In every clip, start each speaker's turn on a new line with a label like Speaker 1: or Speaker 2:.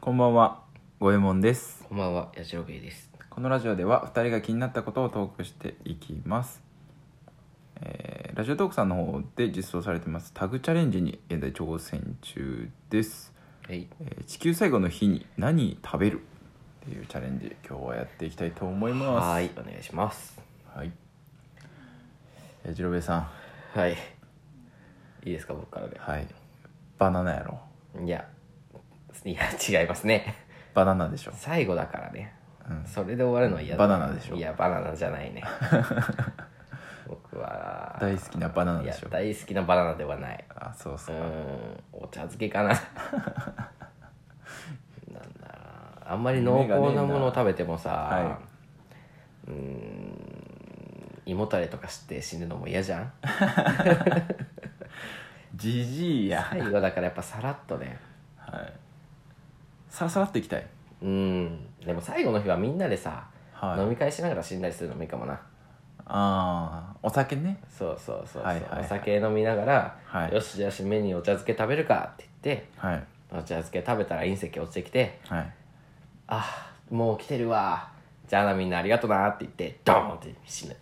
Speaker 1: こんばんは、ごえもんです。
Speaker 2: こんばんは、やじろべえです。
Speaker 1: このラジオでは2人が気になったことをトークしていきます。えーラジオトークさんの方で実装されてますタグチャレンジに現在挑戦中です。
Speaker 2: はい、
Speaker 1: えー地球最後の日に何食べるっていうチャレンジ、今日はやっていきたいと思います。
Speaker 2: はーい、お願いします。
Speaker 1: はい。えー、次郎兵衛さん、
Speaker 2: はい。いいですか、僕からで。
Speaker 1: はい。バナナやろ。
Speaker 2: いや、いや、違いますね。
Speaker 1: バナナでしょ。
Speaker 2: 最後だからね。
Speaker 1: うん
Speaker 2: それで終わるのは嫌
Speaker 1: バナナでしょ
Speaker 2: いや、バナナじ ゃないね。僕は。
Speaker 1: 大好きなバナナ
Speaker 2: い
Speaker 1: で
Speaker 2: や
Speaker 1: しょ、。
Speaker 2: 大好きなバナナではない。
Speaker 1: あ、そうっす
Speaker 2: うー
Speaker 1: か。
Speaker 2: ん、お茶漬けかな。なんだろうなあんまり濃厚なものを食べてもさ、
Speaker 1: は
Speaker 2: うーん胃もたれとかして死ぬのも嫌じゃん
Speaker 1: じじいや。
Speaker 2: 最後だからやっぱさらっとね
Speaker 1: はい。さらさらっていきたい。
Speaker 2: うんでも最後の日はみんなでさ、
Speaker 1: はい
Speaker 2: 飲み会しながら死んだりするのもいいかもな
Speaker 1: ああ、お酒ね。
Speaker 2: そうそうそうそう、
Speaker 1: はいはいはい
Speaker 2: お酒飲みながら、
Speaker 1: はい
Speaker 2: よしじゃあ締めにお茶漬け食べるかって言って
Speaker 1: はい。
Speaker 2: お茶漬け食べたら隕石落ちてきて
Speaker 1: はい。
Speaker 2: あもう来てるわじゃあなみんなありがとなって言ってドーンって死ぬ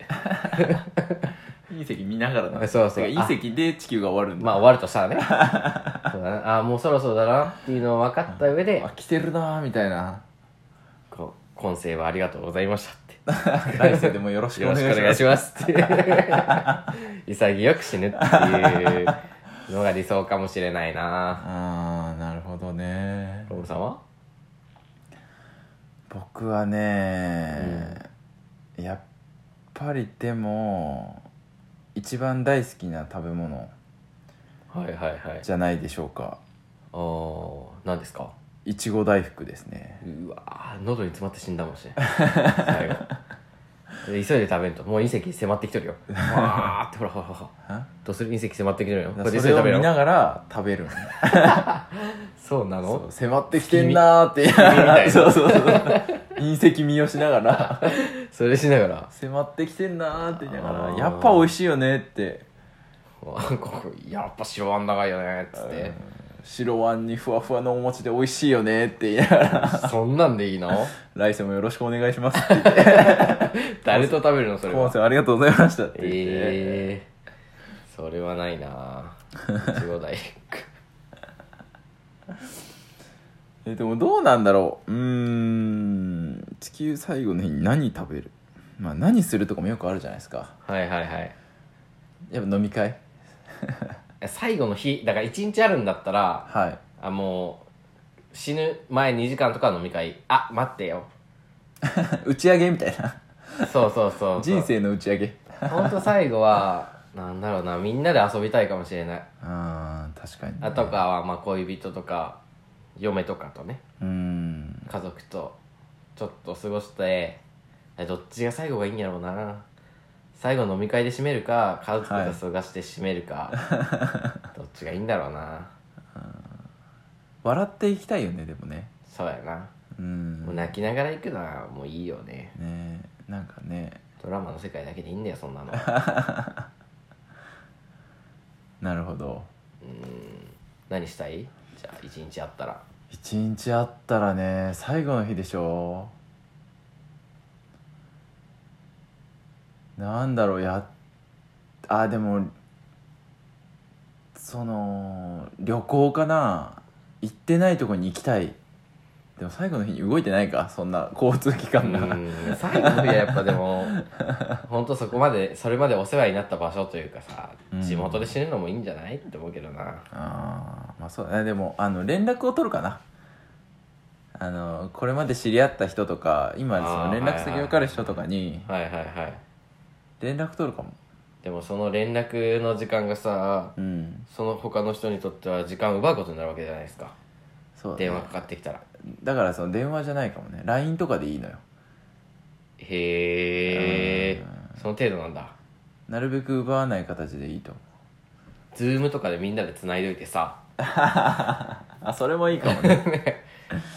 Speaker 1: 隕石見ながらな。
Speaker 2: そうそう
Speaker 1: てか隕石で地球が終わるんだ。
Speaker 2: まあ終わるとした らねそうだなあもうそろそろだなっていうのを分かった上で
Speaker 1: あ、来てるなーみたいな。
Speaker 2: こう今世はありがとうございましたっ て
Speaker 1: 来世でもよ ろしく
Speaker 2: よ
Speaker 1: お
Speaker 2: ろし
Speaker 1: 願
Speaker 2: く
Speaker 1: い
Speaker 2: お
Speaker 1: し
Speaker 2: 願
Speaker 1: ま
Speaker 2: い
Speaker 1: す。
Speaker 2: しますって 潔く死ぬっていうのが理想かもしれないな
Speaker 1: ああ、なるほどね。
Speaker 2: ロブさんは
Speaker 1: 僕はね、やっぱりでも、一番大好きな食べ物
Speaker 2: はいはいはい
Speaker 1: じゃないでしょうか。
Speaker 2: おー何ですか
Speaker 1: いちご大福ですね。
Speaker 2: うわー喉に詰まって死んだもんしれない最後急いで食べるともう隕石迫ってきとるよわーってほらほらほら
Speaker 1: あ
Speaker 2: どうする隕石迫ってきてるよこ
Speaker 1: だから
Speaker 2: れで
Speaker 1: そ
Speaker 2: 急
Speaker 1: れ
Speaker 2: い
Speaker 1: を
Speaker 2: で食べ
Speaker 1: 見
Speaker 2: る
Speaker 1: な
Speaker 2: よ
Speaker 1: がら食べるんだ
Speaker 2: そうな
Speaker 1: そう
Speaker 2: の
Speaker 1: 迫ってきてんなーって
Speaker 2: たい な
Speaker 1: そうそうそう隕石見をしながら
Speaker 2: それしながら
Speaker 1: 迫ってきてんなーって言いなが
Speaker 2: あ
Speaker 1: ら
Speaker 2: ー
Speaker 1: やっぱ美味しいよねって
Speaker 2: わーここやっぱ白あん長いよねっつっ
Speaker 1: うん
Speaker 2: て
Speaker 1: 白ワンにふわふわのお餅で美味しいよねって言いながら
Speaker 2: そんなんでいいの
Speaker 1: 来世もよろしくお願いしますって言って
Speaker 2: 誰と食べるのそれ
Speaker 1: コ
Speaker 2: は
Speaker 1: ンセありがとうございましたって言って、
Speaker 2: えー、それはないなぁいちご大福
Speaker 1: えでもどうなんだろううーん地球最後の日に何食べるまあ何するとかもよくあるじゃないですか
Speaker 2: はいはいはい
Speaker 1: やっぱ飲み会
Speaker 2: 最後の日だから一日あるんだったら
Speaker 1: はい
Speaker 2: あもう死ぬ前2時間とか飲み会あ待ってよ
Speaker 1: 打ち上げみたいな
Speaker 2: そうそうそうそう
Speaker 1: 人生の打ち上げ
Speaker 2: ほんと最後はなんだろうなみんなで遊びたいかもしれない
Speaker 1: あー確かに、ね、
Speaker 2: あとかはまあ恋人とか嫁とかとね
Speaker 1: うーん
Speaker 2: 家族とちょっと過ごしてえどっちが最後がいいんやろうな最後飲み会で締めるか家族
Speaker 1: はい
Speaker 2: と過ごして締めるか、どっちがいいんだろうな
Speaker 1: 笑っていきたいよねでもね
Speaker 2: そうやな、
Speaker 1: うーん
Speaker 2: もう泣きながら行くのはもういいよね
Speaker 1: ねえなんかね
Speaker 2: ドラマの世界だけでいいんだよそんなの
Speaker 1: なるほど
Speaker 2: 何したいじゃあ一日あっ たら
Speaker 1: 一日あったらね最後の日でしょなんだろうやあでもその旅行かな行ってないとこに行きたいでも最後の日に動いてないかそんな交通機
Speaker 2: う
Speaker 1: 関が、
Speaker 2: ん最後の日はやっぱでもほんとそこまでそれまでお世話になった場所というかさ
Speaker 1: うん
Speaker 2: 地元で死ぬのもいいんじゃないって思うけどな
Speaker 1: あーまあそうだねでもあの連絡を取るかなあのこれまで知り合った人とか今そ
Speaker 2: あ
Speaker 1: の
Speaker 2: ー
Speaker 1: 連絡先分かる人とかに
Speaker 2: はいはいはい
Speaker 1: 連絡取るかも
Speaker 2: でもその連絡の時間がさ
Speaker 1: うん
Speaker 2: その他の人にとっては時間を奪うことになるわけじゃないですか
Speaker 1: そうだね
Speaker 2: 電話かかってきたら
Speaker 1: だからその電話じゃないかもね LINE とかでいいのよ
Speaker 2: へえその程度なんだ
Speaker 1: なるべく奪わない形でいいと思う
Speaker 2: ズームとかでみんなで繋いどいてさ
Speaker 1: あそれもいいかもね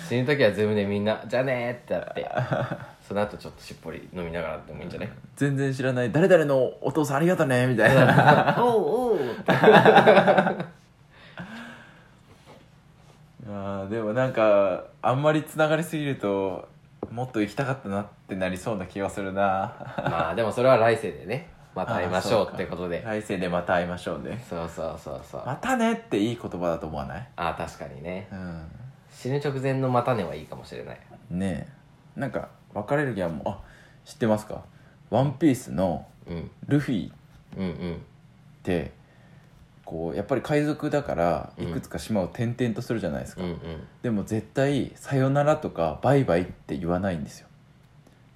Speaker 2: 死ぬ時はズームでみんな「じゃあね」ってやってその後ちょっとしっぽり飲みながらでもいいんじゃない
Speaker 1: 全然知らない誰々のお父さんありがとねみたいな
Speaker 2: おうおう
Speaker 1: いやあーでもなんかあんまりつながりすぎるともっと行きたかったなってなりそうな気がするな
Speaker 2: まあでもそれは来世でねま た会いましょ
Speaker 1: あ
Speaker 2: う
Speaker 1: ー
Speaker 2: ってことで
Speaker 1: 来世でまた会いましょうね
Speaker 2: そうそうそうそう
Speaker 1: ま
Speaker 2: あ
Speaker 1: たねっていい言葉だと思わない
Speaker 2: あー確かにね
Speaker 1: う
Speaker 2: 死ぬ直前の「またね」はいいかもしれない
Speaker 1: んねえなんか別れるギャンもあ知ってますか「ワンピースの
Speaker 2: うん
Speaker 1: ルフィっ
Speaker 2: うんうん
Speaker 1: てこうやっぱり海賊だから
Speaker 2: う
Speaker 1: い
Speaker 2: ん
Speaker 1: くつか島を転々とするじゃないです
Speaker 2: う
Speaker 1: か、
Speaker 2: んうん
Speaker 1: でも絶対「さよなら」とか「バイバイ」って言わないんですよ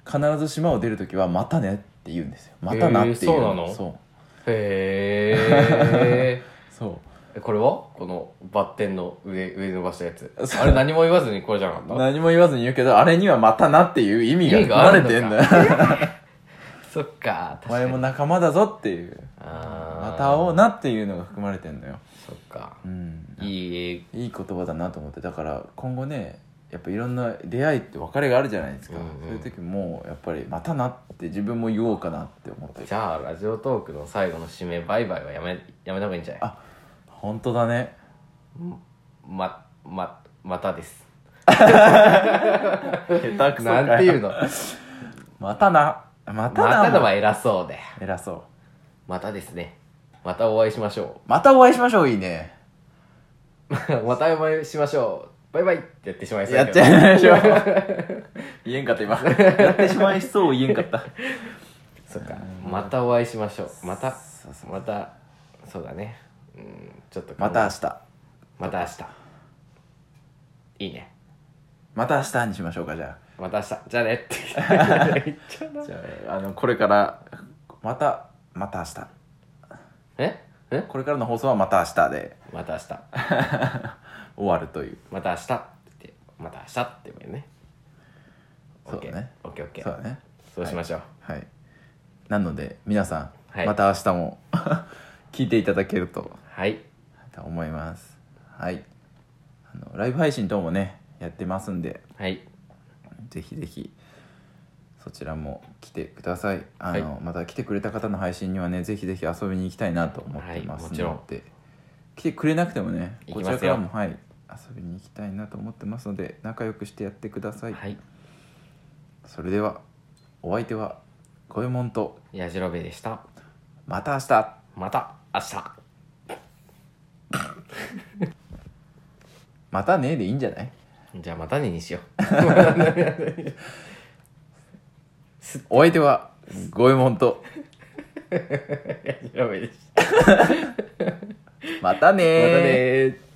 Speaker 1: 必ず島を出る時は「またね」って言うんですよ「またな」って言う、
Speaker 2: えーそうなの
Speaker 1: そう
Speaker 2: へ
Speaker 1: そう
Speaker 2: え これはこのバッテンの上上に伸ばしたやつ
Speaker 1: そう
Speaker 2: あれ何も言わずにこれじゃなかった
Speaker 1: 何も言わずに言うけどあれには「またな」っていう意味が
Speaker 2: 意味
Speaker 1: 含
Speaker 2: が
Speaker 1: ま
Speaker 2: ある
Speaker 1: れ
Speaker 2: のか
Speaker 1: てんだよ
Speaker 2: そっか確
Speaker 1: お
Speaker 2: か
Speaker 1: 前
Speaker 2: に
Speaker 1: も仲間だぞっていう
Speaker 2: あ
Speaker 1: ま
Speaker 2: ー
Speaker 1: た会おうなっていうのが含まれてんのよ、
Speaker 2: そっか
Speaker 1: うん、い
Speaker 2: いい
Speaker 1: い言葉だなと思ってだから今後ねやっぱいろんな出会いって別れがあるじゃないですか、
Speaker 2: うんうん
Speaker 1: そういう時もやっぱり「またな」って自分も言おうかなって思って
Speaker 2: じゃあラジオトークの最後の締めバイバイはやめやめた方がいいんじゃない
Speaker 1: あ本当だね
Speaker 2: まままたです
Speaker 1: 下手くそ
Speaker 2: なんてい うの
Speaker 1: またなま
Speaker 2: ま
Speaker 1: たな
Speaker 2: たのは偉そうで
Speaker 1: 偉そう
Speaker 2: またですねまたお会いしましょ
Speaker 1: またお会いしましょういいね
Speaker 2: う またお会いしましょうバイバイってやってしまいそう
Speaker 1: や
Speaker 2: だ
Speaker 1: っ
Speaker 2: け
Speaker 1: ち
Speaker 2: ど
Speaker 1: ゃいましょう 言えんかった今やってしまいそう言えんか った
Speaker 2: そっかまたお会いしましょうまた
Speaker 1: そうそう
Speaker 2: またそうだねうんちょっと考え
Speaker 1: また明日
Speaker 2: また明日いいね
Speaker 1: また明日にしましょうかじゃ
Speaker 2: また明日じゃあ ねって言っちゃうな
Speaker 1: あじゃああのこれからまたまた明日
Speaker 2: ええ
Speaker 1: これからの放送はまた明日で
Speaker 2: また明日
Speaker 1: 終わるという
Speaker 2: また明日ってまた明日って言えばいいね
Speaker 1: そうだね
Speaker 2: OKOK、オッケーオッケー
Speaker 1: そうだね
Speaker 2: そうしましょう、
Speaker 1: はいなので皆さん、
Speaker 2: はい
Speaker 1: また明日も 聞いていただけると
Speaker 2: はい
Speaker 1: と思いますはいあのライブ配信等もねやってますんで
Speaker 2: はい
Speaker 1: ぜひぜひそちらも来てくださいあの、
Speaker 2: は
Speaker 1: また来てくれた方の配信にはねぜひぜひ遊びに行きたいなと思っていますので、
Speaker 2: はいも
Speaker 1: 来てくれなくてもね
Speaker 2: 行
Speaker 1: こ
Speaker 2: き
Speaker 1: ち
Speaker 2: ますよ
Speaker 1: らからもはい遊びに行きたいなと思ってますので仲良くしてやってください、
Speaker 2: はい
Speaker 1: それではお相手は五右衛門と
Speaker 2: やじろべえでした
Speaker 1: また明日
Speaker 2: また明日
Speaker 1: またねでいいんじゃない
Speaker 2: じゃあまたねにしよ う
Speaker 1: お相手は五右衛門と
Speaker 2: やじろべえでした
Speaker 1: またね
Speaker 2: またねー